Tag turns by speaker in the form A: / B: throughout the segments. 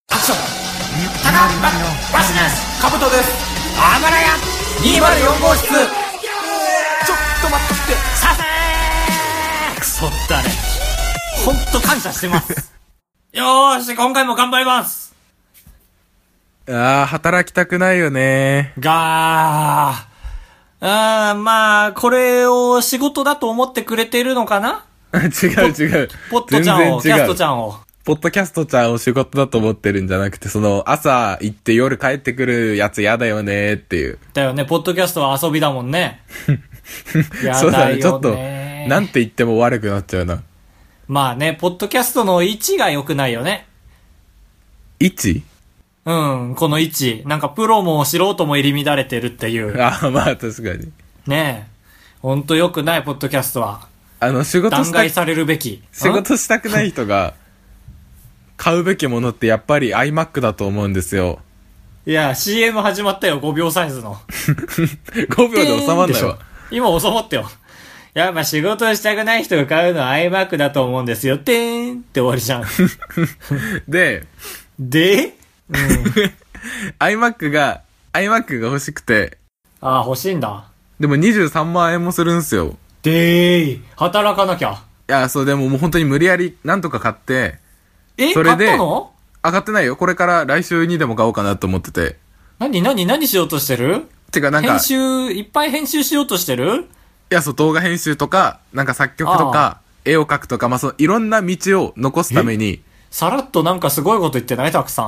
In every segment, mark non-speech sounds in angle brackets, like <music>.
A: ョン高橋わしですかぶとですあばらや204号室ちょっと待ってさせークソったれほんと感謝してますよーし今回も頑張ります
B: ああ、働きたくないよね。 <laughs>
A: がーあーまあ、これを仕事だと思ってくれてるのかな
B: 違う違う。
A: ポットちゃんを、キ
B: 全然違う
A: ャストちゃんを。
B: ポッドキャストちゃんを仕事だと思ってるんじゃなくて、その、朝行って夜帰ってくるやつ嫌だよねっていう。
A: だよね、ポッドキャストは遊びだもんね。 <laughs> や
B: そうだね、ちょっと、
A: ね
B: なんて言っても悪くなっちゃうな。
A: まあね、ポッドキャストの位置が良くないよね。
B: 1?
A: うん、この位置。なんかプロも素人も入り乱れてるっていう。
B: あ <laughs> あ、まあ確かに。
A: ねえ。ほんと良くない、ポッドキャストは。
B: あの、仕事
A: 弾
B: した
A: 劾、されるべき。
B: 仕
A: ん
B: 事したくない人が、買うべきものってやっぱり iMac だと思うんですよ。
A: いや、CM 始まったよ、5秒サイズの。
B: 5秒で収まんないわ。
A: 今収まったよ。やっぱ仕事したくない人が買うのは iMac だと思うんですよ。てーんって終わりじ
B: <laughs>
A: ゃん。
B: で、
A: でうん。
B: iMac が、iMac が欲しくて、
A: ああ、欲しいんだ。
B: でも23万円もするんすよ。
A: でーい。働かなきゃ。
B: いや、そう、でももう本当に無理やり、なんとか買って、
A: え
B: それで
A: 買ったの
B: 上がってないよ。これから来週にでも買おうかなと思ってて。
A: 何何何しようとしてる
B: てかなんか、
A: 編
B: い
A: 集、いっぱい編集しようとしてる
B: や、そう、動画編集とか、なんか作曲とか、絵を描くとか、まあ、その、いろんな道を残すために、
A: さらっとなんかすごいこと言ってないたくさ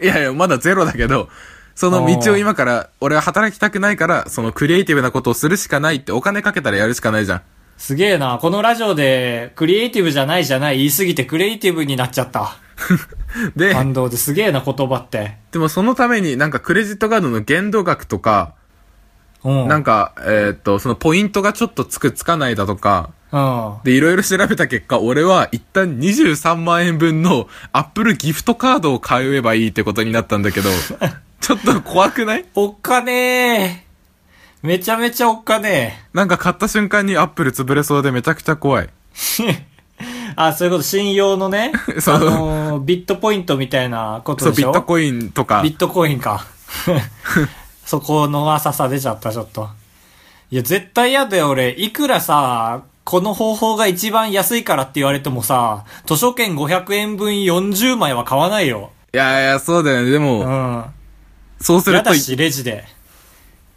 A: ん。
B: いやいや、まだゼロだけど、その道を今から、俺は働きたくないから、そのクリエイティブなことをするしかないって、お金かけたらやるしかないじゃん。
A: すげえな。このラジオで、クリエイティブじゃないじゃない言いすぎてクリエイティブになっちゃ
B: <laughs>
A: った。
B: で、
A: 感動ですげえな言葉って。
B: でもそのためになんかクレジットカードの限度額とか、
A: うん。
B: なんか、えーっと、そのポイントがちょっとつくつかないだとか、
A: うん。
B: で、いろいろ調べた結果、俺は一旦23万円分のアップルギフトカードを買えばいいってことになったん
A: <laughs>
B: だけど、ちょっと怖くない
A: おっかねえ。めちゃめちゃおっかね
B: なんか買った瞬間にアップル潰れそうでめちゃくちゃ怖い。、
A: え。あ、そういうこと、信用のね
B: <laughs> そう
A: あのービットポイントみたいなこと
B: そう、
A: でし
B: ビ
A: ょ
B: ットコインとか
A: ビ。ットコイン
B: <laughs>
A: か。そこの浅さ出ちゃった、ちょっと。いや、絶対嫌だよ、俺。いくらさ、この方法が一番安いからって言われてもさ、図書券500円分40枚は買わないよ。
B: いやいや、そうだよね。で
A: う
B: も、
A: ん。
B: そうす
A: 嫌
B: ると
A: だ、し、レジで。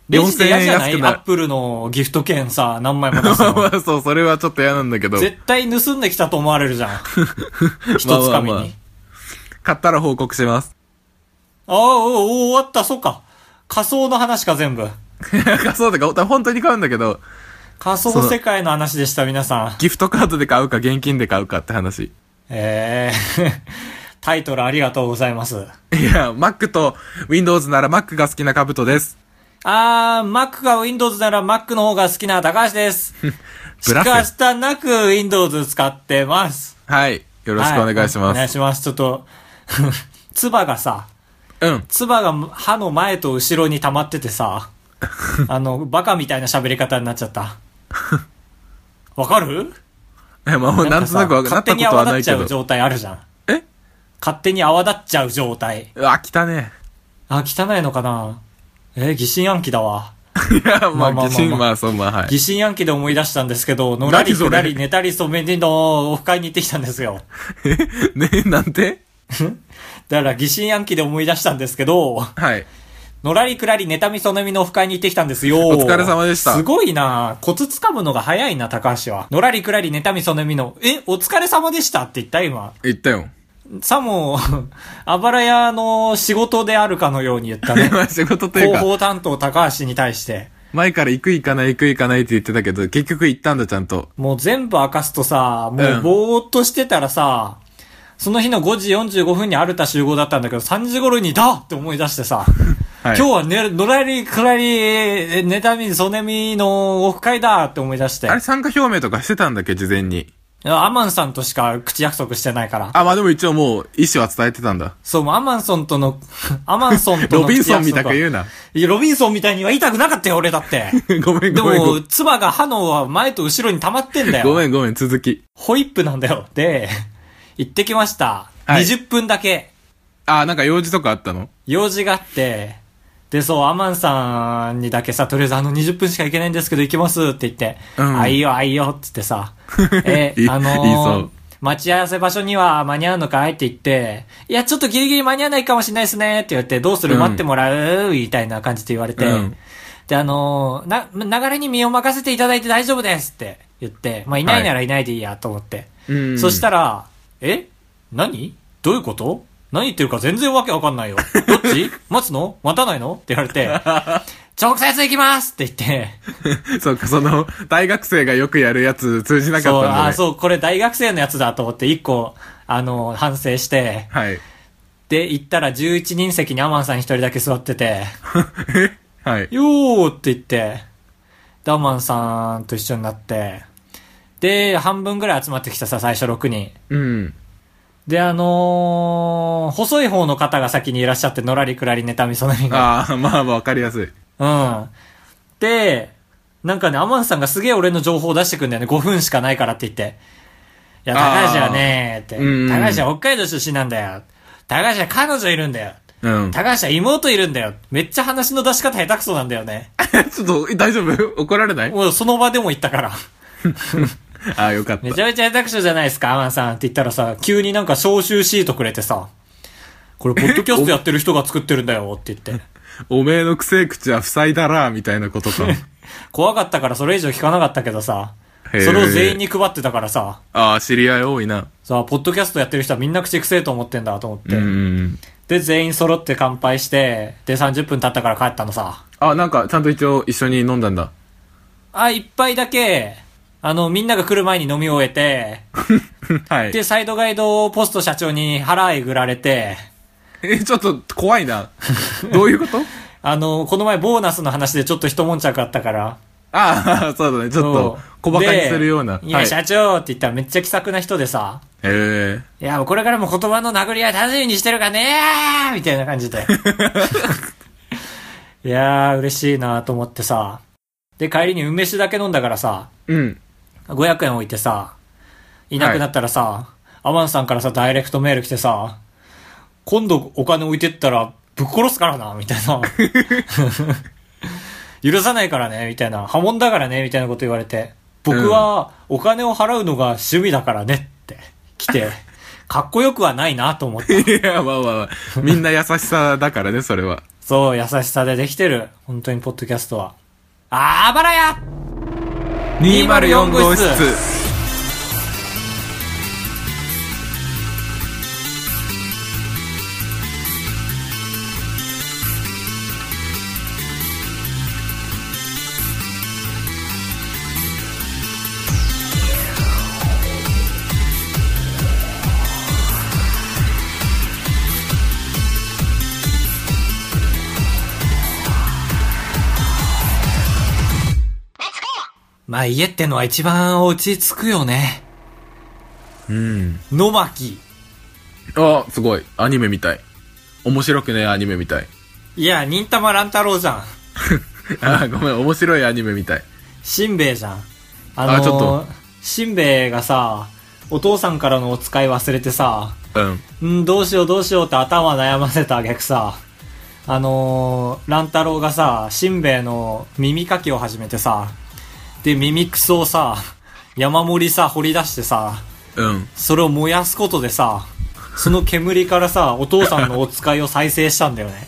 A: レジ
B: 4000
A: で嫌じゃな
B: 円安
A: い
B: くな
A: ア
B: る
A: ップルのギフト券さ、何枚も出す
B: ま
A: の。
B: あ <laughs> <laughs> そう、それはちょっと嫌なんだけど、
A: 絶対盗んできたと思われるじゃ
B: <laughs>
A: ん。一つ紙
B: まあまあまあ
A: に。
B: 買ったら報告します。 <laughs>
A: ああ、おお終わった、そうか。仮想の話か、全部。
B: そうだから、本当に買うんだけど、
A: 仮想世界の話でした、皆さん。
B: ギフトカードで買うか現金で買うかって話。
A: えー、
B: <laughs>
A: タイトルありがとうございます。
B: いや、Mac と Windows なら Mac が好きなカブトです。
A: あー、Mac が Windows なら Mac の方が好きな高橋
B: <laughs>
A: です。し
B: ブラ
A: か
B: フ
A: したなく Windows 使ってます。
B: はい。よろしくお願いし
A: は
B: ま
A: お願い
B: す。
A: します。ちょっと、 <laughs> ツバがさ、
B: うん。
A: ツバが歯の前と後ろに溜まってて
B: <laughs>
A: さ、あの、バカみたいな喋り方になっちゃった。わかる
B: いやまあ、もうなんとなく分か
A: 勝
B: った
A: 手
B: こ
A: に
B: とは
A: 泡
B: な
A: 立っちゃ
B: いけど
A: う。状態あるじゃん。
B: え
A: 勝手に泡立っちゃう状態。
B: うわ、汚ね <laughs>
A: あ、汚いのかなえー疑心暗鬼だわ。
B: え。い
A: まあ
B: や、まあ、
A: まあまあ
B: 疑心、まあ、そう、まあ、はい。
A: 疑心暗鬼で思い出したんですけど、のらり
B: 何そ
A: く
B: れ
A: らり寝たりそめにのオフ会に行ってきたんですよ。
B: <laughs> ねえ、なんて
A: だから疑心暗鬼で思い出したんですけど、
B: はい。
A: のらりくらり寝たみそねみのオフ会に行ってきたんですよ。
B: お疲れ様でした
A: すごいなコツ掴むのが早いな、高橋は。のらりくらり寝たみそねみの、え、お疲れ様でしたって言った今。
B: 言ったよ。。
A: さも、 <laughs> あばら屋の仕事であるかのように言ったね
B: <laughs> まあ、仕事という
A: 広
B: か、
A: 報担当高橋に対して。
B: 前から行く行かない行く行かないって言ってたけど、結局行ったんだ、ちゃんと。
A: もう全部明かすとさ、もううんぼーっとしてたらさ、その日の5時45分にアルタ集合だったんだけど、3時頃にだって思い出してさ、
B: <laughs> はい。
A: 今日はね、のらりくらり、え妬み、そねみのオフ会だって思い出して、
B: あれ、参加表明とかしてたんだっけ、事前に。
A: アマンさんとしか口約束してないから。
B: あ、まあでも一応もう、意思は伝えてたんだ。
A: そう、もうアマンソンとの、 <laughs> アマンソンとの
B: ロビンソンみたく言う
A: う。
B: な。 <laughs>
A: いや、ロビンソンみたいには言いたくなかったよ、俺だって。
B: ごめん
A: で
B: ごめんごめ
A: も、
B: ん。
A: 唾が歯のは前と後ろに溜まってんだよ。
B: ごめんごめん、続き。 <laughs>
A: ホイップなんだよ。で、行ってきました。
B: はい
A: 20分だけ。
B: あ、なんか用事とかあったの <laughs>
A: 用事があって、で、そう、アマンさんにだけさ、とりあえずあの20分しか行けないんですけど行きますって言って、
B: うん
A: あ、いいよ、あ、いいよ、っつってさ、
B: <laughs>
A: え
B: い、い
A: あの
B: いいそう
A: ー、待ち合わせ場所には間に合うのかいって言って、いや、ちょっとギリギリ間に合わないかもしれないですねって言って、どうする、
B: うん
A: 待ってもらうみたいな感じで言われて、
B: うん
A: で、あのーな、流れに身を任せていただいて大丈夫ですって言って、まあ、いないならいないでいいやと思って。
B: うん
A: そしたら、え何どういうこと何言ってるか全然わけわかんないよ。どっ
B: <laughs>
A: ち待つの待たないのって言われて、直接行きますって言って、
B: そうか、その、大学生がよくやるやつ通じなか
A: そう、
B: ったんだ、ね。
A: あ、そう、これ大学生のやつだと思って一個、あの、反省して、
B: はい。
A: で、行ったら11人席にアマンさん一人だけ座ってて、
B: はい。
A: よーって言って、ダマンさんと一緒になって、で、半分ぐらい集まってきたさ、最初6人。
B: うん。
A: で、あのー細い方の方が先にいらっしゃって、のらりくらりネタみそなみが。
B: ああ、まあ、わかりやすい。
A: うん。で、なんかね、アマンさんがすげえ俺の情報を出してくんだよね。5分しかないからって言って。いや、
B: あー
A: 高橋はね、って。
B: うん
A: 高橋は北海道出身なんだよ。高橋は彼女いるんだよ。
B: うん。
A: 高橋は妹いるんだよ。めっちゃ話の出し方下手くそなんだよね。
B: <laughs> ちょっと、え大丈夫 <laughs> 怒られない
A: もうその場でも言った
B: <laughs>
A: から。
B: ああ、よかった
A: め。ちゃめちゃ下手くそじゃないですか、アマンさんって言ったらさ、急になんか招集シートくれてさ、これ、ポッドキャストやってる人が作ってるんだよって言って。
B: おめえの癖口は塞いだら、みたいなこと <laughs> か。
A: 怖かったからそれ以上聞かなかったけどさ、そ
B: へー
A: れを全員に配ってたからさ、
B: ああ、知り合い多いな。
A: さあ、ポッドキャストやってる人はみんな口くせえと思ってんだと思って。
B: うん。
A: で、全員揃って乾杯して、で、30分経ったから帰ったのさ。
B: あ、なんか、ちゃんと一応一緒に飲んだん <laughs> だ。
A: あ、一杯だけ、あの、みんなが来る前に飲み終えて、
B: はい
A: で、。サイドガイドポスト社長に腹えぐられて、
B: え、ちょっと怖い <laughs> な。どういうこと
A: あの、この前ボーナスの話でちょっと一悶着あったから、
B: ああ、 <laughs> そうだね。ちょっと、小馬
A: バ
B: 鹿
A: カ
B: にするような。
A: いや、
B: はい
A: 社長って言ったらめっちゃ気さくな人でさ、
B: へえ。
A: いや、これからも言葉の殴り合い楽しみにしてるからねーみたいな感じで。いやー、嬉しいなと思ってさ。で、帰りに梅酒だけ飲んだからさ、
B: うん。
A: 500円置いてさ、いなくなったらさ、アマンさんからさ、ダイレクトメール来てさ、今度お金置いてったらぶっ殺すからな、みたいな。 <laughs> 許さないからね、みたいな。破門だからね、みたいなこと言われて。僕はお金を払うのが趣味だからねって来て、 <laughs> かっこよくはないなと思って。
B: <laughs> いや、まあまあまあ。みんな優しさだからね、それは。
A: そう、優しさでできてる。本当にポッドキャストは。あばらや
B: 204号室。
A: まあ家ってのは一番落ち着くよね。
B: うん。
A: 野巻。
B: あ、すごい。アニメみたい。面白くねえアニメみたい。
A: いや、忍たま乱太郎じゃん。
B: あ、ごめん。面白いアニメみたい。
A: しんべヱじゃん。あのー、
B: あちょっと
A: しんべヱがさ、お父さんからのお使い忘れてさ、
B: うん。
A: うん、どうしようどうしようって頭悩ませた逆さ、あのー、乱太郎がさ、しんべヱの耳かきを始めてさ、で、耳くそをさ、山盛りさ、掘り出してさ、
B: うん。 <laughs>
A: それを燃やすことでさ、その煙からさ、お父さんのお使いを再生したんだよね。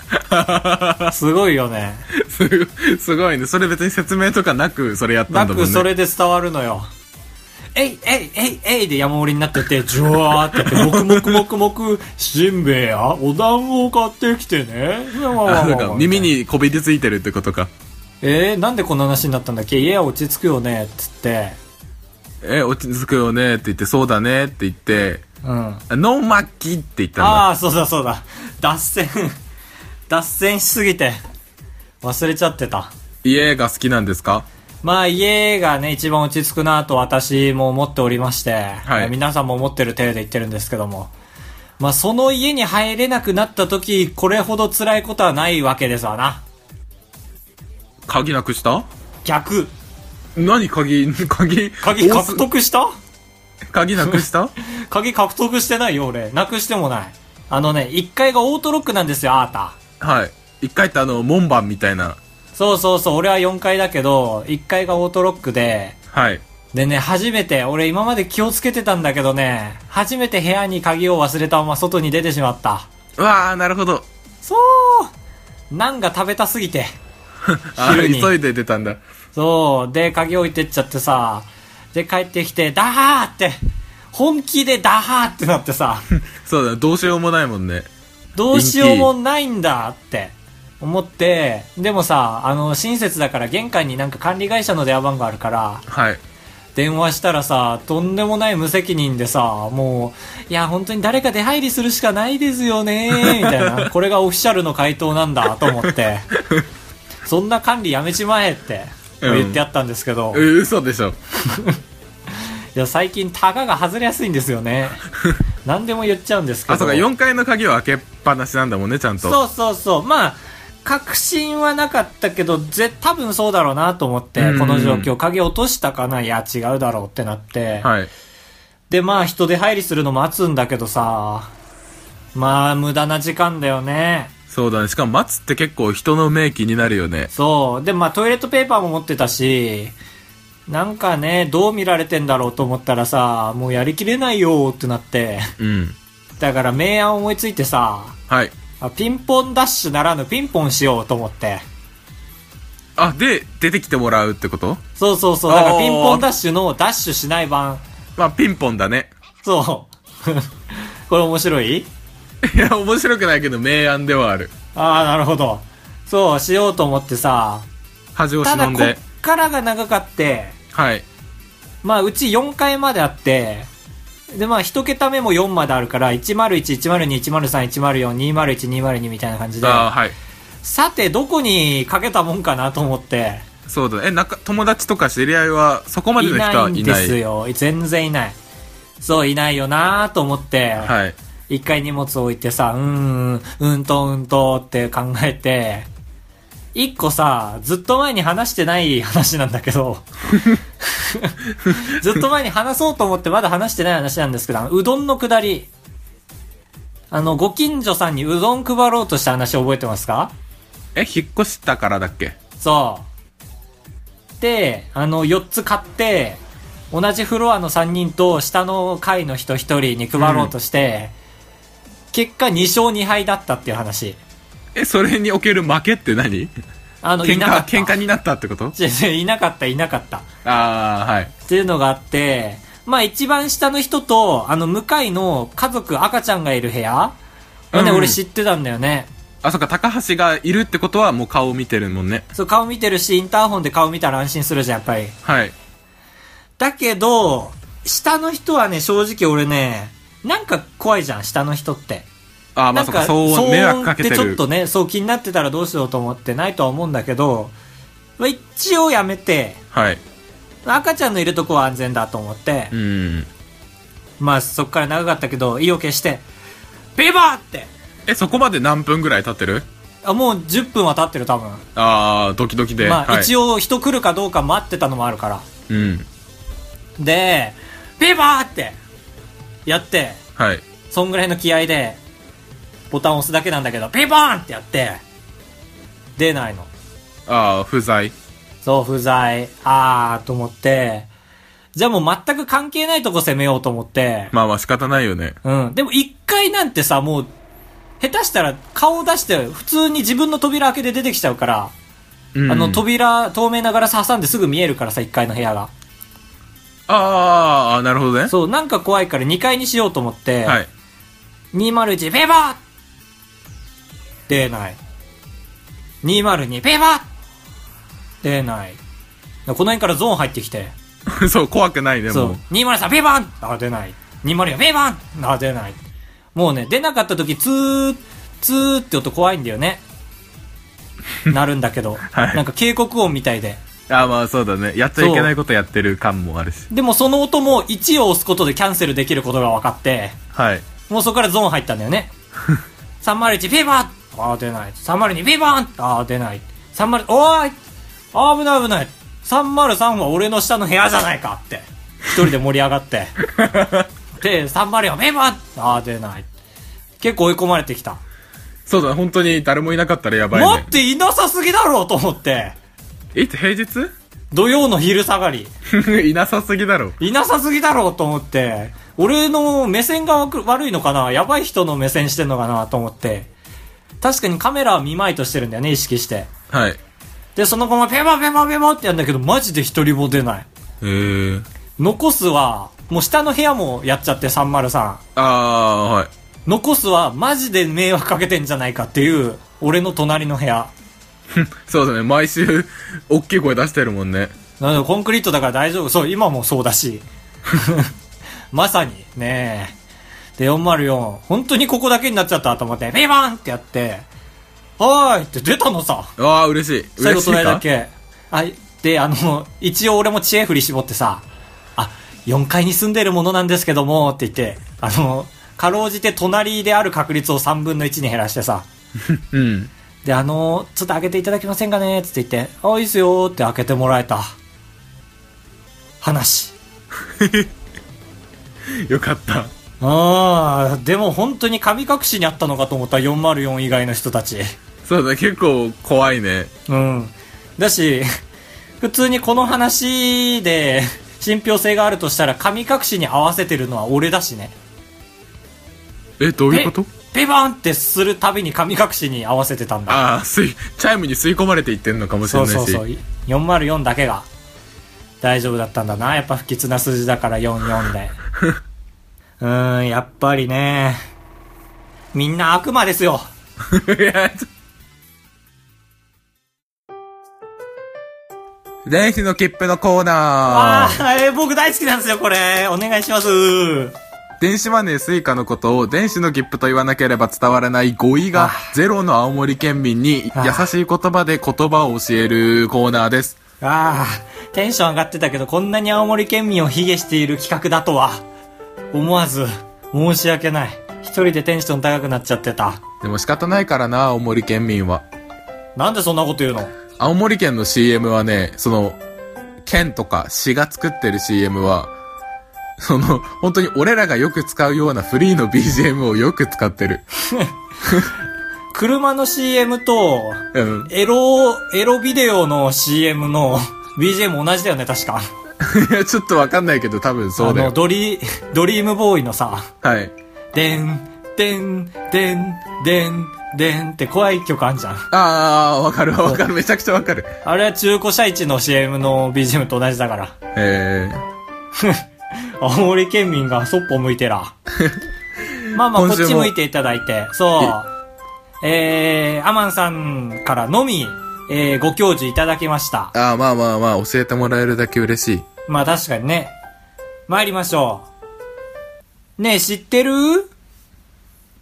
B: <laughs>
A: すごいよね。
B: すごい、すごいね。それ別に説明とかなく、それやった
A: なん
B: だもんね。
A: くそれで伝わるのよ。えいえいえいえいで山盛りになってて、ジュワーってやって、もくもくもくもく、しんべヱや、お団子を買ってきてね。わわわわ
B: あ、
A: わ
B: そうか。耳。にこびりついてるってことか。
A: えー、なんでこんな話になったんだっけ家は落ち着くよね、つって。
B: え、落ち着くよねって言って、そうだねって言って、
A: うん。
B: ノンマッキって言ったんだ。
A: ああ、そうだそうだ。脱線、脱線しすぎて、忘れちゃってた。
B: 家が好きなんですか
A: まあ家がね、一番落ち着くなと私も思っておりまして、
B: い
A: 皆さんも思ってる体で言ってるんですけども、まあその家に入れなくなった時、これほど辛いことはないわけですわな。
B: 鍵なくした
A: 逆。
B: 何鍵、 <laughs> 鍵、
A: 鍵
B: 多す
A: 獲得した
B: 鍵なくした
A: <laughs> 鍵獲得してないよ俺。なくしてもない。あのね、1階がオートロックなんですよ、あーた。
B: はい。一回ってあの、門番みたいな。
A: そうそうそう、俺は4階だけど、1階がオートロックで、
B: はい。
A: でね、初めて、俺今まで気をつけてたんだけどね、初めて部屋に鍵を忘れたまま外に出てしまった。
B: うわー、なるほど。
A: そうナンが食べたすぎて。
B: あ
A: 昼に
B: 急いで出たんだ。
A: そう、で、鍵置いてっちゃってさ、で、帰ってきて、ダハーって、本気でダハーってなってさ、
B: そうだ、どうしようもないもんね。
A: どうしようもないんだって思って、でもさ、あの、親切だから玄関になんか管理会社の電話番号あるから、
B: はい。
A: 電話したらさ、とんでもない無責任でさ、もう、いや、本当に誰か出入りするしかないですよね、みたい
B: <laughs>
A: な。これがオフィシャルの回答なんだ、と思って。そんな管理やめちまえって
B: うん
A: 言ってやったんですけど、
B: え
A: い
B: 嘘でしょ。
A: や最近タガが外れやすいんですよ
B: <laughs>
A: ね。何でも言っちゃうんですけど。
B: あ、そうか、4階の鍵は開けっぱなしなんだもんね、ちゃんと。
A: そうそうそう。まあ、確信はなかったけど、ぜ、多分そうだろうなと思って
B: う、ん
A: この状況、鍵落としたかな、いや、違うだろうってなって。
B: はい。
A: で、まあ、人出入りするの待つんだけどさ、まあ、無駄な時間だよね。
B: そうだね。しかも待つって結構人の目気になるよね。
A: そう。で、まあ、トイレットペーパーも持ってたし、なんかね、どう見られてんだろうと思ったらさ、もうやりきれないよってなって。
B: うん。
A: だから、明暗思いついてさ、
B: はい。
A: あピンポンダッシュならぬピンポンしようと思って。
B: あ、で、出てきてもらうってこと
A: そうそうそう。だか
B: あ
A: ら
B: ー
A: ピンポンダッシュのダッシュしない版。
B: まあ、ピンポンだね。 <laughs>
A: <laughs> そう。これ面白い
B: いや、面白くないけど、明暗ではある。
A: ああ、なるほど。そう、しようと思ってさ。
B: 恥を
A: ただ、
B: 忍ん
A: こっ
B: で。
A: からが長かって、
B: はい。
A: まあ、うち4階まであって、で、まあ、1桁目も4まであるから、101、102、103、104、201、202みたいな感じで、
B: あーはい。
A: さて、どこにかけたもんかなと思って、
B: そうだね。え、なんか、友達とか知り合いは、そこまで
A: い
B: の人
A: な
B: はい
A: い
B: な
A: ん
B: いい。
A: ですよ。全然いない。そう、いないよなと思って、
B: はい。
A: 一回荷物置いてさ、うーん、うんとうんとって考えて、一個さ、ずっと前に話してない話なんだけど、ずっと前に話そうと思ってまだ話してない話なんですけど、あのうどんのくだり。あの、ご近所さんにうどん配ろうとした話覚えてますか
B: え、引っ越したからだっけ
A: そう。で、あの、4つ買って、同じフロアの3人と下の階の人1人に配ろうとして、結果2勝2敗だったっていう話。
B: え、それにおける負けって何
A: あの、い
B: 喧
A: なか
B: 嘩、
A: った。
B: 喧嘩になったってこと
A: 違う <laughs> 違ういなかった、いなかった。っ
B: ああ、はい。
A: ていうのがあって、まあ一番下の人と、あの、向かいの家族、赤ちゃんがいる部屋はね、
B: うん
A: 俺知ってたんだよね。
B: あ、そっか、高橋がいるってことはもう顔を見てるもんね。
A: そう、顔見てるし、インターホンで顔見たら安心するじゃん、やっぱり。
B: はい。
A: だけど、下の人はね、正直俺ね、なんか怖いじゃん、下の人って。
B: あーま
A: な
B: あ
A: ん
B: そっか、
A: か、
B: 騒音、迷惑かけて
A: 騒音ってちょっ
B: る。
A: とね、そう気になってたらどうしようと思ってないとは思うんだけど、まあ、一応やめて、
B: はい。
A: 赤ちゃんのいるとこは安全だと思って、
B: うん。
A: まあそっから長かったけど、意を決して、ビバーって
B: え、そこまで何分ぐらい経ってる
A: あもう10分は経ってる多分。
B: ああ、ドキドキで。
A: まあ、
B: はい、
A: 一
B: 応。
A: 応人来るかどうか待ってたのもあるから。
B: うん。
A: で、ビバーってやって、
B: はい。
A: そんぐらいの気合で、ボタン押すだけなんだけど、ピンポーンってやって、出ないの。
B: ああ、不在。
A: そう、不在。あーと思って、じゃあもう全く関係ないとこ攻めようと思って、
B: まあまあ仕方ないよね。
A: うん。でも一回なんてさ、もう、下手したら顔を出して、普通に自分の扉開けて出てきちゃうから、
B: うん、
A: あの扉、透明なガラス挟んですぐ見えるからさ、一階の部屋が。
B: あーあー、なるほどね。
A: そう、なんか怖いから2階にしようと思って、
B: はい。
A: 201ペーパー出ない。202ペーパー出ない。この辺からゾーン入ってきて。
B: そう、怖くないね、 <laughs>
A: そ
B: も
A: う
B: う。。
A: 203ペーパーあ、出ない。204ペーパーあ、出ない。もうね、出なかった時、ツー、ツーって音怖いんだよね。なるんだけど。
B: <laughs> はい
A: なんか警告音みたいで。
B: ああ、まあそうだね。やっちゃいけないことやってる感もあるし。
A: でもその音も1を押すことでキャンセルできることが分かって。
B: はい。
A: もうそこからゾーン入ったんだよね。301ピーバーああ、出ない。302ピーバーああ、出ない。30、おーいあー危ない危ない。303は俺の下の部屋じゃないかって。一人で盛り上がって。で、304ピーバーああ、出ない。結構追い込まれてきた。
B: そうだ、本当に誰もいなかったらやばい
A: 待
B: ね
A: っ。て、いなさすぎだろうと思って。
B: え、平日 <laughs>
A: 土曜の昼下がり。
B: いなさすぎだろ。
A: いなさすぎだろうと思って。俺の目線が悪いのかなやばい人の目線してんのかなと思って。確かにカメラは見まいとしてるんだよね、意識して。
B: はい。
A: で、その子もペマペマペマってやるんだけど、マジで一人も出ない。
B: えー。
A: 残すは、もう下の部屋もやっちゃって303。
B: あー、はい。
A: 残すはマジで迷惑かけてんじゃないかっていう、俺の隣の部屋。
B: そうだね、毎週、大きい声出してるもんね。
A: なのでコンクリートだから大丈夫。そう、今もそうだ
B: <laughs>
A: し。まさに、ねえ。で、404、本当にここだけになっちゃったと思って、ビバンってやって、はーいって出たのさ。
B: あー、嬉しい。
A: 最
B: 嬉
A: 後
B: しい
A: それだ
B: か
A: け。あ、で、あの、一応俺も知恵振り絞ってさ、あ、4階に住んでるものなんですけども、って言って、あの、かろうじて隣である確率を3分の1に減らしてさ、
B: うん。
A: で、あのちょっと開けていただけませんかねつって言って、あ、いいっすよーって開けてもらえた。話。
B: よかった。
A: あー、でも本当に神隠しにあったのかと思った404以外の人たち。
B: そうだね、結構怖いね。
A: うん。だし、普通にこの話で信憑性があるとしたら神隠しに合わせてるのは俺だしね。
B: え、どういうこと
A: ピバンってするたびに神隠しに合わせてたんだ。
B: あー、すい、チャイムに吸い込まれていってんのかもしれ
A: そ
B: ないうし。
A: そうそう。404だけが大丈夫だったんだな。やっぱ不吉な数字だから44で。
B: <laughs>
A: うーん、やっぱりね。みんな悪魔ですよ。
B: <laughs> いやちょ電子の切符のコーナ
A: あ
B: ー。
A: あー、えー僕大好きなんですよ、これ。お願いします。
B: 電子マネースイカのことを電子の切符と言わなければ伝わらない語彙が
A: あ
B: ゼロの青森県民に
A: あ
B: 優しい言葉で言葉を教えるコーナーです。
A: ああ、テンション上がってたけど、こんなに青森県民を卑下している企画だとは、思わず、申し訳ない。一人でテンション高くなっちゃってた。
B: でも仕方ないからな、青森県民は。
A: なんでそんなこと言うの
B: 青森県の CM はね、その、県とか市が作ってる CM は、その、本当に俺らがよく使うようなフリーの BGM をよく使ってる。
A: 車の CM と、
B: うん。
A: <laughs> エロ、エロビデオの CM の <laughs> BGM 同じだよね、確か。
B: いや、ちょっとわかんないけど、多分そうだ
A: あの、
B: よ。
A: ドリ、ドリームボーイのさ、
B: はい。
A: でん、でん、でん、でん、でんって怖い曲あんじゃん。
B: あー、わかるわかる。めちゃくちゃわかる。
A: あれは中古車市の CM の BGM と同じだから。
B: え
A: 青森県民がそっぽ向いて
B: <laughs>
A: ら。まあまあ、こ
B: 今
A: っ
B: 週も
A: ち向いていただいて、そう。えー、アマンさんからのみ、えー、ご教授いただきました。
B: ー、あー、まあまあまあ、教えてもらえるだけ嬉しい。
A: まあ確かにね。参りましょう。ねえ、知ってる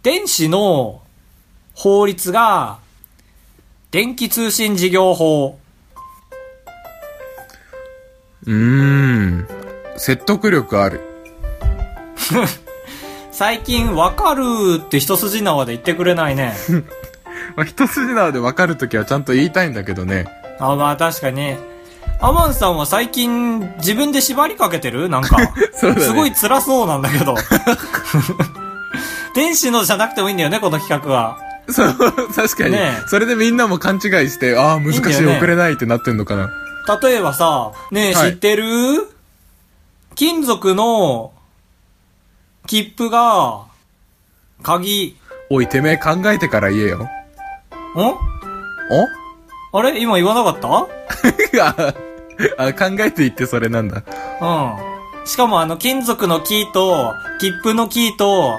A: 電子の法律が、電気通信事業法。
B: うーん。説得力ある。
A: 最近わかるって一筋縄で言ってくれない
B: <laughs>
A: ね。
B: まあ、一筋縄でわかるときはちゃんと言いたいんだけどね。
A: あ、まあ確かにね。アマンさんは最近自分で縛りかけてるなんか。
B: <laughs> そうだね
A: すごい辛そうなんだ
B: <laughs>
A: けど。 <laughs> 天使のじゃなくてもいいんだよね、この企画は。
B: そう、確かに。
A: ねえ
B: それでみんなも勘違いして、あー、
A: い
B: 難
A: いん
B: し
A: だ
B: い、
A: よね
B: 遅れないってなってんのかな。
A: 例えばさ、ねえ、
B: はい
A: 知ってる金属の切符が、鍵、
B: おい、てめえ考えてから言えよ。ん
A: んあれ今言わなかった
B: あ <laughs> あ、考えて言ってそれなんだ。
A: うん。しかもあの、金属のキーと、切符のキーと、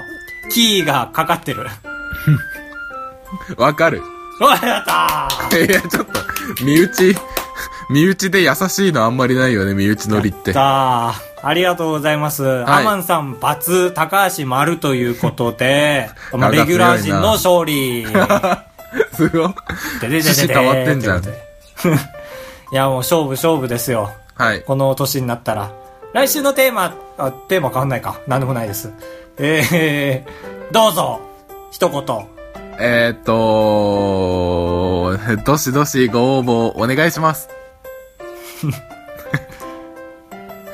A: キーがかかってる。 <laughs>
B: わかる。 <laughs>
A: おい、やったー
B: いや、ちょっと、身内、身内で優しいのあんまりないよね、身内乗りって。
A: さあ、ありがとうございます。
B: い
A: アマンさん、バツ、高橋、丸ということ
B: <laughs>
A: で、まあ
B: 長
A: レ
B: く
A: ギュラー陣の勝
B: <laughs>
A: 利。
B: <laughs> すごい。
A: ででででで
B: 趣旨変わってんじゃん
A: ということでいや、もう勝負勝負ですよ。
B: はい。
A: この年になったら。来週のテーマ、あ、テーマ変わんないか。なんでもないです。えー、どうぞ、一言。
B: えー、っと、どしどしご応募お願いします。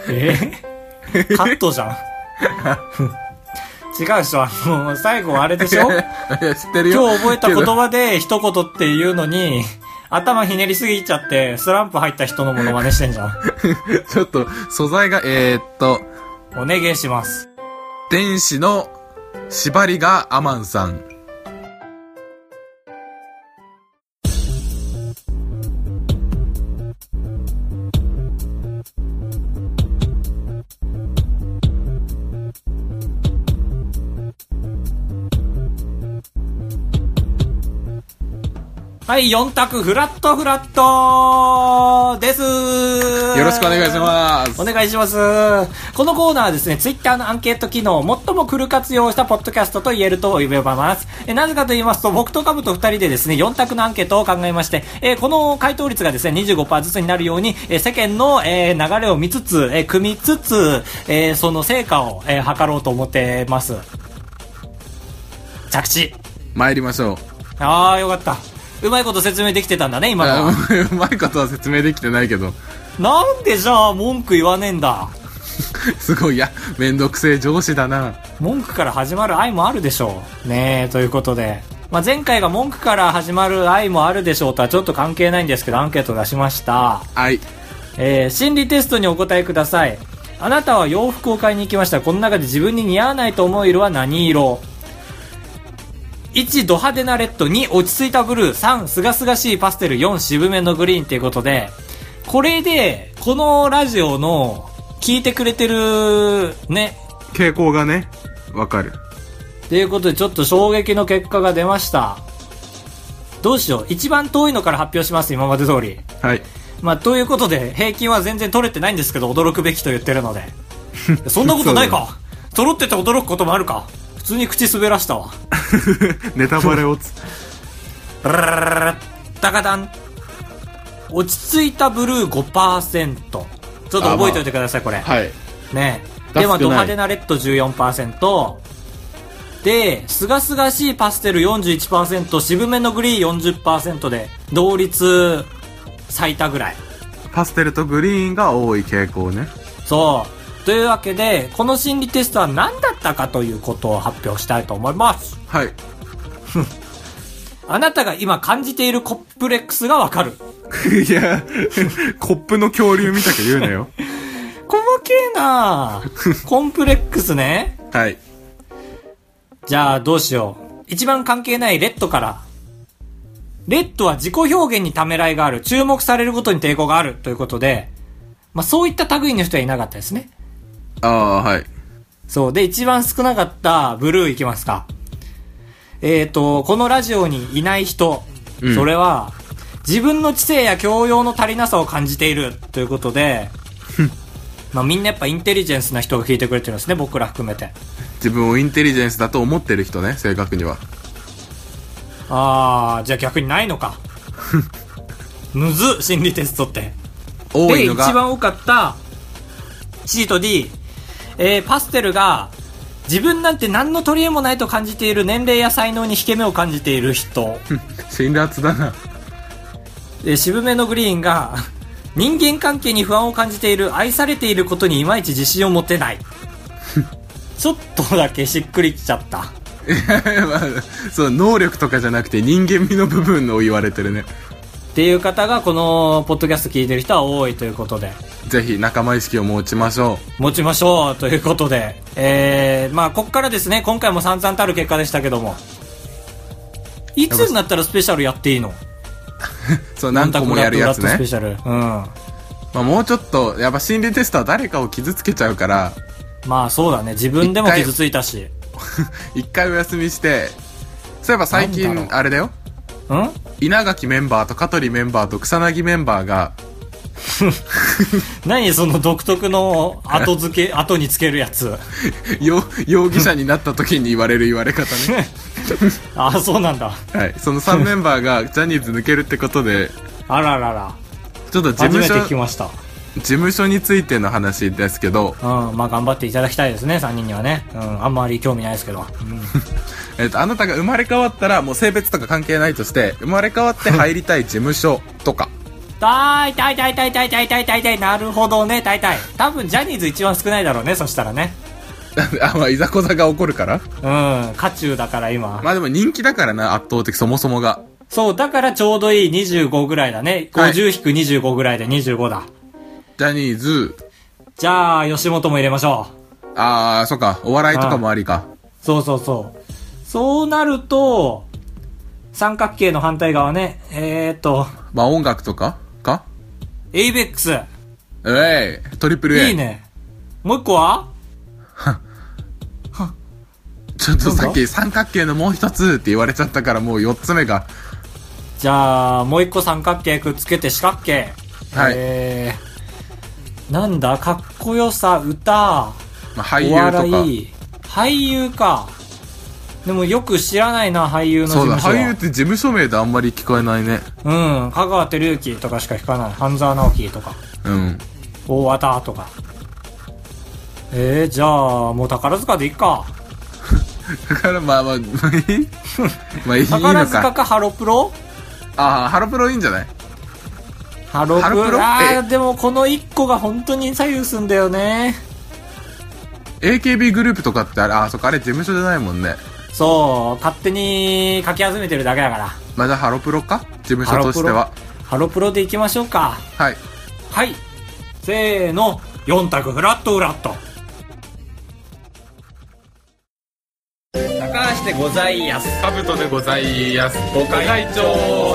A: えー、カットじゃん。違うでしょ、あの、最後あれでしょ
B: い <laughs> や、知ってるよ。
A: 今日覚えた
B: け
A: 言
B: ど
A: 葉で一言っていうのに、頭ひねりすぎちゃって、スランプ入った人のものまねしてんじゃん。
B: ちょっと、素材が、えー、っと、
A: お願いします。
B: 天使の縛りがアマンさん。
A: はい、4択、フラットフラットです
B: よろしくお願いし
A: す。
B: ます。
A: お願いします。このコーナーはですね、ツイッターのアンケート機能を最もフル活用したポッドキャストと言えると呼べます。えなぜかと言いますと、僕とカブと二人でですね、4択のアンケートを考えまして、えーこの回答率がですね、25%ずつになるように、えー世間の、えー流れを見つつ、えー組みつつ、えーその成果を、えー測ろうと思ってます。着地。
B: 参りましょう。
A: ああ、よかった。うまいこと説明できてたんだね、今のは。
B: あ <laughs> うまいことは説明できてないけど、
A: なんでじゃあ文句言わねえんだ
B: すごい、いや、めんどくせえ上司だな。
A: 文句から始まる愛もあるでしょう。ねえ、ということで。まあ、前回が文句から始まる愛もあるでしょうとはちょっと関係ないんですけど、アンケート出しました。
B: はい。
A: えー心理テストにお答えください。あなたは洋服を買いに行きました。この中で自分に似合わないと思う色は何色 ?1、ド派手なレッド。2、落ち着いたブルー。3、すがすがしいパステル。4、渋めのグリーンということで、これで、このラジオの、聞いてくれてる、ね、
B: 傾向がね、わかる。
A: ということでちょっと衝撃の結果が出ましたどうしよう一番遠いのから発表します今まで通り
B: <laughs> はい。
A: まあということで平均は全然取れてないんですけど驚くべきと言ってるの <laughs> でそんなことないか揃ってて驚くこともあるか普通に口滑らしたわ
B: ネタバレをつ、
A: ラララララダカダン落ち着いたブルー5%ちょっと覚えておいてくださいこれ
B: はい。
A: ね
B: ダ
A: で、まあ、
B: スク
A: ド
B: な
A: 派
B: い
A: 手なレッド14%。で、すがすがしいパステル41%、渋めのグリーン40%で、同率最多ぐらい。
B: パステルとグリーンが多い傾向ね。
A: そう。というわけで、この心理テストは何だったかということを発表したいと思います。
B: はい。
A: あなたが今感じているコップレックスがわかる。
B: いや、コップの恐竜見たく言うなよ。
A: 細けえなコンプレックスね。
B: はい。
A: じゃあどうしよう。一番関係ないレッドから。レッドは自己表現にためらいがある。注目されることに抵抗がある。ということで、まあそういった類の人はいなかったですね。
B: ああ、はい。
A: そう。で、一番少なかったブルーいきますか。えっ、と、このラジオにいない人。
B: うん
A: それは、自分の知性や教養の足りなさを感じている。ということで、まあみんなやっぱインテリジェンスな人が聞いてくれてるんですね。僕ら含めて。
B: 自分をインテリジェンスだと思ってる人ね、正確には。
A: あー、じゃあ逆にないのか。むずっ、心理テストって。
B: 多
A: で、
B: い
A: 一
B: のが、
A: 番多かった、C と D、えー、パステルが、自分なんて何の取り柄もないと感じている年齢や才能に引け目を感じている人。
B: 辛辣だな。 <laughs>
A: で、渋めのグリーンが、人間関係に不安を感じている、愛されていることにいまいち自信を持てない。ちょっとだけしっくりきちゃった。
B: いやまあそう、能力とかじゃなくて人間味の部分を言われてるね。
A: っていう方が、この、ポッドキャスト聞いてる人は多いということで。
B: ぜひ仲間意識を持ちましょ
A: 持ちましょうということで、えー、まあここからですね今回も散々たる結果でしたけどもいつになったらスペシャルやっていいの
B: う。そう、何個もやるやつ
A: ラットス
B: ね
A: ペ。シャルうん
B: まあ、もうちょっと、やっぱ心理テストは誰かを傷つけちゃうから、 <laughs>
A: まあそうだね自分でも
B: 一回
A: 傷ついたし
B: 一回お休みして、そういえば最
A: なんだろ
B: 近
A: う、
B: あれだよ。
A: うん
B: 稲垣メンバーと香取メンバーと草薙メンバーが、
A: 何その独特の後付け後につけるやつ
B: <laughs> よ、容疑者になった時に言われる言われ方ね。
A: <laughs> ああそうなんだ
B: はい。その3メンバーがジャニーズ抜けるってことで、
A: あららら
B: ちょっと事
A: 初
B: 務
A: めて
B: 所、
A: 聞き
B: 事
A: ました
B: 務所についての話ですけど、
A: うんまあ頑張っていただきたいですね3人にはねうんあんまり興味ないですけど、
B: えっと、あなたが生まれ変わったら、もう性別とか関係ないとして、生まれ変わって入りたい事務所とか。 <laughs>
A: たーいたいたいたいたいたいたいたいたいなるほどねたいたい多分ジャニーズ一番少ないだろうねそしたらね
B: あ、まあ、いざこざが起こるから
A: うん、渦中だから今。
B: まあでも人気だからな、圧倒的そもそもが。
A: そう、だからちょうどいい25ぐらいだね。
B: はい
A: 50-25ぐらいで25だ。
B: ジャニーズ、
A: じゃあ、吉本も入れましょ
B: あー、そっか、お笑いとかもありか。
A: う。そうそうそう。そうなると、三角形の反対側ね。えーっと、
B: まあ音楽とかか
A: エイベックス。
B: えい、トリプル A。
A: いいね。もう一個は
B: ちょっとさっ
A: な
B: き三角形のもう一つって言われちゃったからもう四つ目が。
A: じゃあ、もう一個三角形くっつけて四角形。
B: はい
A: えー、なんだ、かっこよさ、歌、
B: まあ俳
A: お笑
B: 優
A: い、俳優か。でもよく知らないな、俳優の
B: と
A: 事
B: か。そうだ、
A: 務所は
B: 俳優って事務所名であんまり聞こえないね。
A: うん、香川照之とかしか聞かない。半沢直樹とか、
B: うん。
A: 大和田とか。えー、じゃあ、もう宝塚でいっか。
B: だからまあまあ、まあいいまあいいの
A: <laughs> 宝塚
B: か。
A: かハロプロ
B: ああ、ハロプロいいんじゃない
A: ハロプロ
B: ハロプロ
A: あー
B: え
A: でもこの一個が本当に左右すんだよね。
B: AKB グループとかってあれ、あ、そっか、あれ事務所じゃないもんね。
A: そう、勝手にかき集めてるだけだから。
B: まあ、じゃあハロプロか事務所としては。
A: ハロプロで行きましょうか。
B: はい。
A: はい。せーの、4択フラットフラット。高橋でございやす。
B: カブトでございます。ご
A: 会長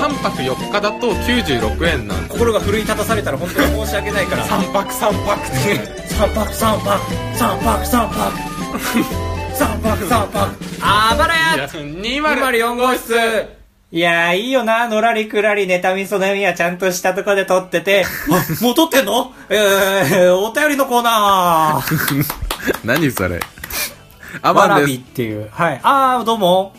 B: 3泊4日だと96円なんで。
A: 心が奮い立たされたら本当に申し訳ないから。3
B: 泊3泊
A: <laughs> 泊3泊、3泊3泊。3泊3泊。あばらや
B: 204号室
A: いやー、いいよな、のらりくらり、ネタみそねみはちゃんとしたとこで撮ってて。 <laughs> あ、もう撮ってんのえー、お便りのコーナー。
B: <laughs> 何それア
A: わ
B: マ
A: ら
B: ン
A: び
B: で
A: っ
B: す。
A: ていう。はい。あー、どうも。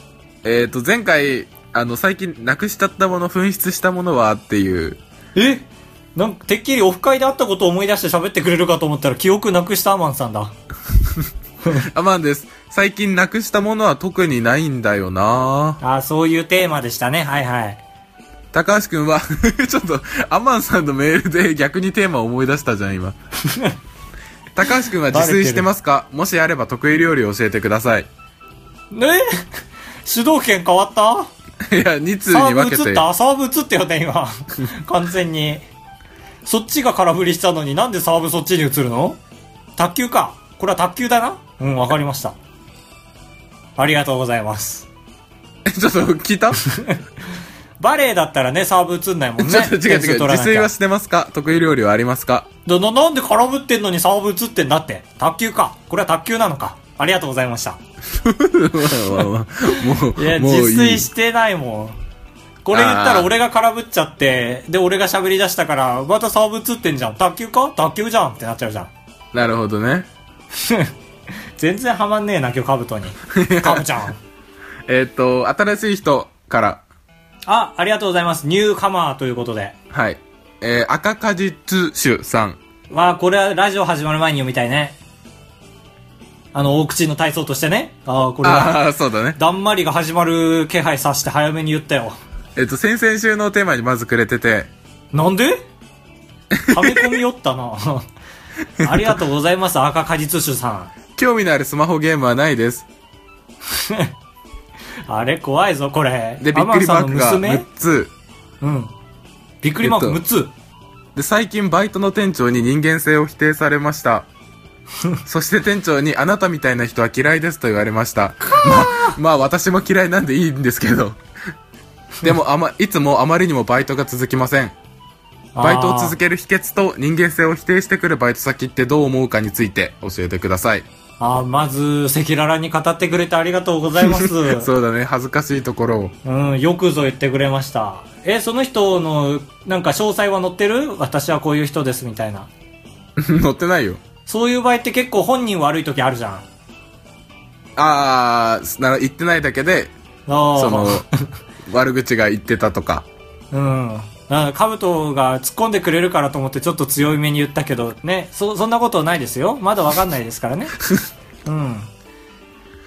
B: えっ、と、前回、あの、最近なくしちゃったもの、紛失したものはって
A: <laughs>
B: いう。
A: えなんか、てっきりオフ会で会ったことを思い出して喋ってくれるかと思ったら、記憶なくしたアマンさんだ。
B: アマンです。最近なくしたものは特にないんだよな
A: あー、そういうテーマでしたね。はいはい。
B: 高橋くんは、 <laughs> ちょっと、アマンさんのメールで逆にテーマを思い出したじゃ
A: <laughs>
B: ん、今。高橋くんは自炊してますかもしあれば得意料理を教えてください。
A: ね主導権変わった
B: いや、2通
A: サ
B: に
A: ーブ
B: 分け。
A: 映ってたサーブ映ったよね、今。 <laughs> 完全に。そっちが空振りしたのになんでサーブそっちに映るの卓球か。これは卓球だなうん、わかりました。ありがとうございます。
B: ちょっと聞い
A: <laughs>
B: た、
A: バレーだったらね、サーブ映んないもんね。
B: <laughs> ちょっと違う違う。
A: 点数取ら
B: 自
A: なきゃ
B: 炊はしてますか得意料理はありますか
A: な、な、なんで空振ってんのにサーブ映ってんだって。卓球か。これは卓球なのか。ありがとうございました。
B: <laughs> もう、
A: いや、
B: も
A: 自
B: うい
A: 炊
B: い。
A: してないもん。これ言ったら俺が空振っちゃって、で、俺が喋り出したから、またサーブ映ってんじゃん。卓球か卓球じゃんってなっちゃうじゃん。
B: なるほどね。
A: 全然ハマんねえな、今日カブト
B: <laughs>
A: に。カブちゃん。
B: えっ、と、新しい人から。
A: あ、ありがとうございます。ニューカマーということで。
B: はい。えー、赤果実酒さん。
A: わあ、これはラジオ始まる前に読みたいね。あの、大口の体操としてね。ああ、これは。
B: ああー、そうだね。
A: だんまりが始まる気配さして早めに言ったよ。
B: えっ、と、先々週のテーマにまずくれてて、
A: なんで溜め込みよった
B: <laughs>
A: な。ありがとうございます、赤果実酒さ
B: 興味のあるスマホゲームはないです。
A: ん。あれ、怖いぞ、これ。
B: で、びっくりマークが
A: アマンさんの
B: 6
A: 娘
B: つ。
A: うん。びっくりマーク
B: えっと
A: 6つ。
B: で、最近バイトの店長に人間性を否定され
A: <laughs>
B: ました。そして店長に、あなたみたいな人は嫌いですと言われました。まあ、まあ私も嫌いなんでいいんですけど。でもあま、いつもあまりにもバイトが続きません。バイトを続
A: け。
B: ける秘訣と人間性を否定してくるバイト先ってどう思うかについて教えてください。
A: あーまず、赤裸々に語ってくれてありがとうございます。
B: <laughs> そうだね、恥ずかしいところを。 <laughs>
A: うん、よくぞ言ってくれました。え、その人の、なんか詳細は載ってる私はこういう人です、みたいな。
B: 乗ってないよ。
A: そういう場合って結構本人悪い時あるじゃん。あ
B: あー、な言ってないだけで、
A: あ。
B: その、悪口が言ってたとか。
A: うん。カブトが突っ込んでくれるからと思ってちょっと強いめに言ったけど、ね、そ、そんなことないですよ。まだわかんないです
B: <laughs>
A: からね。うん。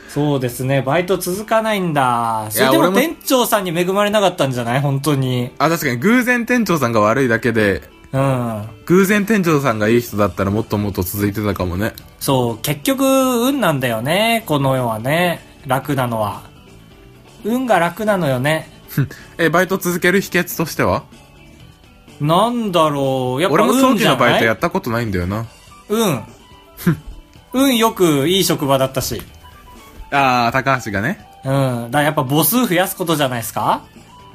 A: そうですね、バイト続かないんだ。それで
B: 俺
A: も
B: も
A: 店長さんに恵まれなかったんじゃない本当に。
B: あ、確かに偶然店長さんが悪いだけで、
A: うん。
B: 偶然店長さんがいい人だったらもっともっと続いてたかもね。 <laughs>
A: そう、結局、運なんだよね。この世はね。楽なのは。運が楽なのよね。
B: え、バイト続ける秘訣としては
A: なんだろう。やっぱ
B: 俺も
A: 運
B: 長
A: じ
B: 期
A: ゃ
B: の
A: ない
B: バイトやったことないんだよな。
A: 運。
B: <laughs>
A: 運よくいい職場だったし。
B: あー、高橋がね。
A: うん。だからやっぱ母数増やすことじゃないですか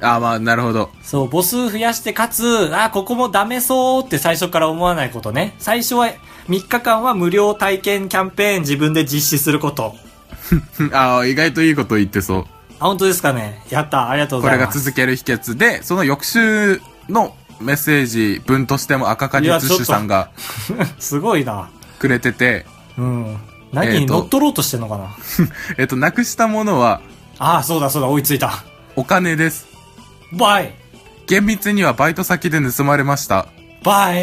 B: あー、まあ、なるほど。 <laughs>
A: そう、母数増やして、かつ、あ、ここもダメそうって最初から思わないことね。最初は、3日間は無料体験キャンペーン自分で実施すること。
B: うんあー、意外といいこと言ってそう。
A: あ、本当ですかね。やった、ありがとうござ
B: これ
A: い
B: が
A: ます。
B: 続ける秘訣で、その翌週のメッセージ文としても赤果実主さんが
A: すごいな。
B: くれてて、
A: うん。何
B: え
A: に
B: ーと
A: 乗っ取ろうとしてんのかな。
B: えっと、なくしたものは
A: ああ、そうだそうだ、追いついた。
B: お金です。
A: バイ
B: 厳密にはバイト先で盗まれました。
A: バイ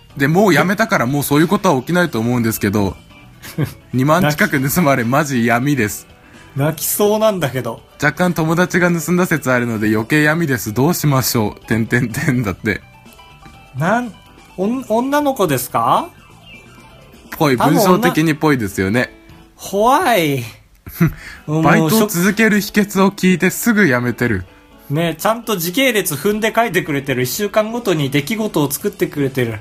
A: <laughs>
B: で、もう辞めたからもうそういうことは起きないと思うんです
A: <laughs>
B: けど、2万近く盗まれマジ闇です。
A: 泣きそうなんだけど。
B: 若干友達が盗んだ説あるので余計闇です。どうしましょう。てんてんてんだって。
A: なん、おん、女の子ですか
B: ぽい、
A: 多分
B: 文
A: 女
B: 章的にぽいですよね。
A: 怖い。もう
B: <laughs> バイト
A: ショッ
B: を
A: ク
B: 続ける秘訣を聞いてすぐ辞めてる。
A: ねちゃんと時系列踏んで書いてくれてる。一週間ごとに出来事を作ってくれてる。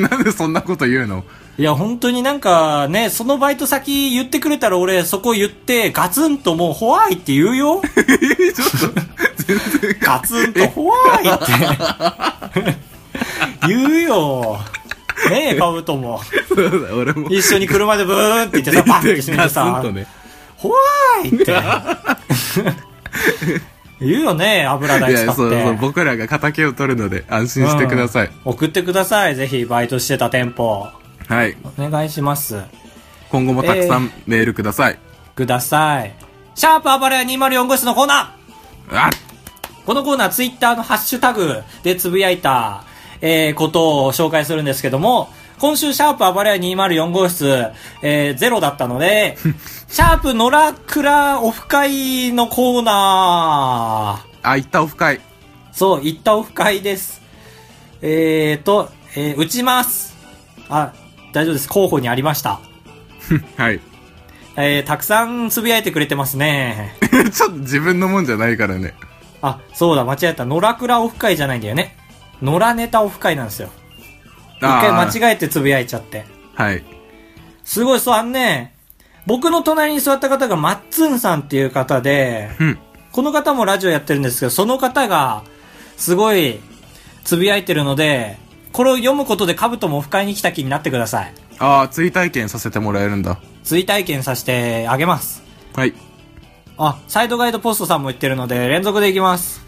B: <laughs> なんでそんなこと言うの
A: いや、本当になんかね、そのバイト先言ってくれたら俺そこ言って、ガツンともうホワイって言う
B: <laughs>
A: よ。ガツンとホワイって。 <laughs> 言うよ。ねえ、パブとも。
B: そうだ、俺も。
A: 一緒に車でブーンって言ってさ、バンって閉めて
B: ガ
A: さ
B: ツンと、ね。
A: ホワイって。
B: <laughs>
A: 言うよね、油
B: い
A: 代使
B: や、
A: って。
B: そうそう、僕らが仇を取るので安心してください。
A: うん送ってくださいぜひバイトしてた店舗
B: はい。
A: お願いします
B: 今後もたくさんメールください。
A: くださいシャープあばれや204号室のコーナー
B: あ
A: このコーナーツイッターのハッシュタグでつぶやいた、えーことを紹介するんですけども今週シャープあばれや204号室、えーゼロだったのでシャープ野良倉オフ会のコーナー
B: あ、行ったオフ会。 <laughs>
A: そう、行ったオフ会です。えーと、えー打ちます。あ、大丈夫です。候補にありました。
B: はい。 <laughs>
A: えーたくさんつぶやいてくれてますね。
B: ちょっと自分のもんじゃないからね。
A: あ、そうだ、間違えた。野良倉オフ会じゃないんだよね。野良ネタオフ会なんですよ。一回
B: あー
A: 間違えてつぶやいちゃって。
B: はい。
A: すごい、そう、あのね、僕の隣に座った方がマッツンさんっていう方で、
B: うん。
A: この方もラジオやってるんですけど、その方が、すごい、つぶやいてるので、これを読むことで、カブトもオフ会に来た気になってください。
B: ああ、追体験させてもらえるんだ。
A: 追体験させてあげます。
B: はい。
A: あ、サイドガイドポストさんも言ってるので、連続でいきます。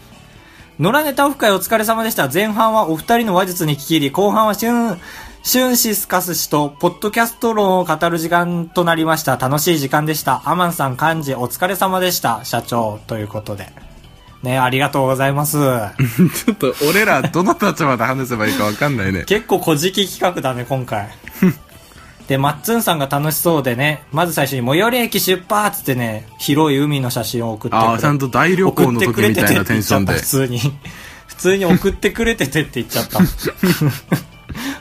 A: 野良ネタオフ会お疲れ様でした。前半はお二人の話術に聞き入り、後半はシュン、シュンシスカス氏と、ポッドキャスト論を語る時間となりました。楽しい時間でした。アマンさん、幹事、お疲れ様でした。社長、ということで。ね、ありがとうございます。
B: <laughs> ちょっと俺らどの立場で話せばいいかわかんないね。
A: 結構小じき企画だね今回でマッツンさんが楽しそうでねまず最初に最寄り駅出発ってね広い海の写真を送ってくれ
B: ああ、ちゃんと大旅行の時みたいなテンション
A: 送ってくれててって言っちゃった
B: で
A: 普。通に <laughs> 普通に送ってくれててって言っちゃ <laughs> った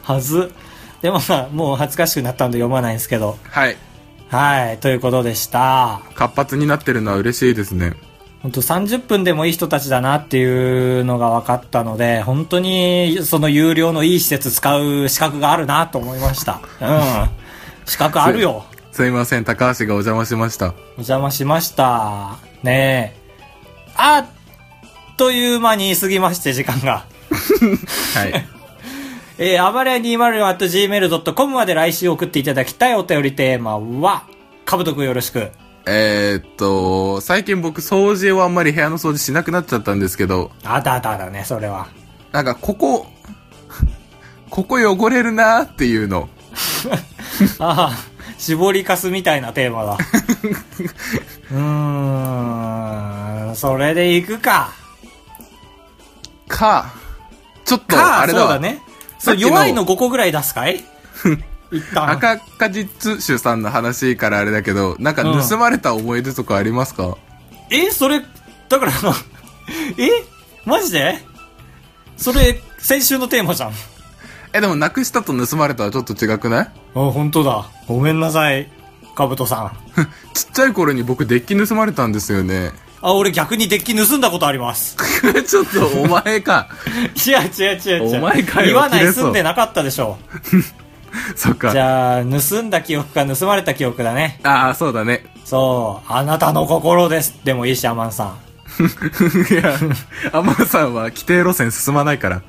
A: はずでもまあもう恥ずかしくなったんで読まないんですけど
B: はい。
A: はいということでした
B: 活発になってるのは嬉しいですね。
A: 本当30分でもいい人たちだなっていうのが分かったので、本当にその有料のいい施設使う資格があるなと思いました。うん。資格あるよ。
B: すいません、高橋がお邪魔しました。
A: お邪魔しました。ねえ。あっという間に過ぎまして、時間が。 <laughs>
B: はい。
A: えー、暴れ 204.gmail.com まで来週送っていただきたいお便りテーマは、かぶとくんよろしく。
B: えーっと、最近僕掃除をあんまり部屋の掃除しなくなっちゃったんですけど、
A: あだあだだね、それ <laughs> は。
B: なんかここ、 <laughs> ここ汚れるなーっていうの。
A: ああ、絞りかすみたいなテー <laughs> マだ。うーん、それで行くか。
B: か、ちょっと
A: か、
B: あれだ
A: そ
B: わ
A: うだね。そう、
B: さっきの
A: 弱いの5個ぐらい出すかい <laughs> 一旦。
B: 赤果実主さんの話からあれだけど、なんか盗まれた思い出とかありますか、
A: え、それ、だから、えマジでそれ、先週のテーマじゃん。
B: え、でもなくしたと盗まれたらちょっと違くない <laughs>
A: あ、本当だ。ごめんなさい、カブトさん。
B: ちっちゃい頃に僕デッキ盗まれたんですよね。 <laughs>
A: あ、俺逆にデッキ盗んだことあります。
B: ちょっとお前か。
A: <laughs>
B: <laughs>
A: 違う違う違う違う。
B: お前かよ
A: 言わな
B: 切れ
A: い
B: そう
A: 住んでなかったでしょ。
B: そっ
A: じ
B: か。
A: ゃあ、盗んだ記憶か盗まれた記憶だね。
B: ああ、そうだね。
A: そう、あなたの心です。でもいいし、アマンさん。
B: <laughs> いや、アマンさんは規定路線進まないから。 <laughs>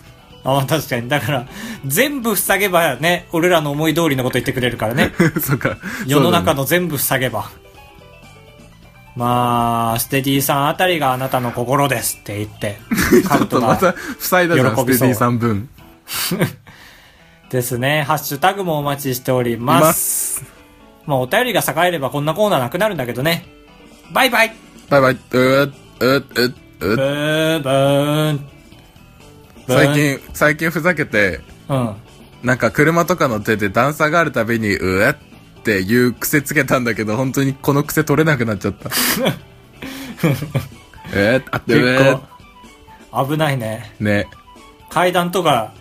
A: あ、まあ確かに。だから、全部塞げばね、俺らの思い通りのこと言ってくれる <laughs> からね。
B: そっか。
A: 世の中
B: の。
A: の全部塞げば。まあ、ステディさんあたりがあなたの心ですって言 <laughs> って、カ
B: ちょ
A: ブ
B: っと
A: ト
B: ま
A: が。
B: た、塞いだじゃん、
A: 喜
B: ス
A: び
B: テ
A: そう
B: ディさん分。
A: ですね。ハッシュタグもお待ちしており
B: いま
A: ます。
B: す。
A: まあ、お便りが栄えればこんなコーナーなくなるんだけどね。バイバイ
B: バイバイ。うーうーうーう
A: ブ
B: ー
A: ーブーン。ブーン
B: 最。近、最近ふざけて、
A: うん。
B: なんか車とか乗ってて段差があるたびに、うえっていう癖つけたんだけど、本当にこの癖取れなくなっち
A: <laughs>
B: ゃった。えー、あってうえ
A: 結構、危ないね。
B: ね。
A: 階段とか、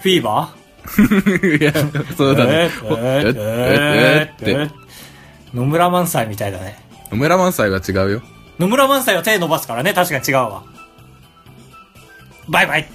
A: フィーバー
B: <laughs> いや、そうだね。
A: えーえ
B: え
A: ーえーえー
B: ーって。
A: 野村萬斎みたいだね。
B: 野村萬斎は違うよ。
A: 野村萬斎は手伸ばすからね、確かに違うわ。バイバイ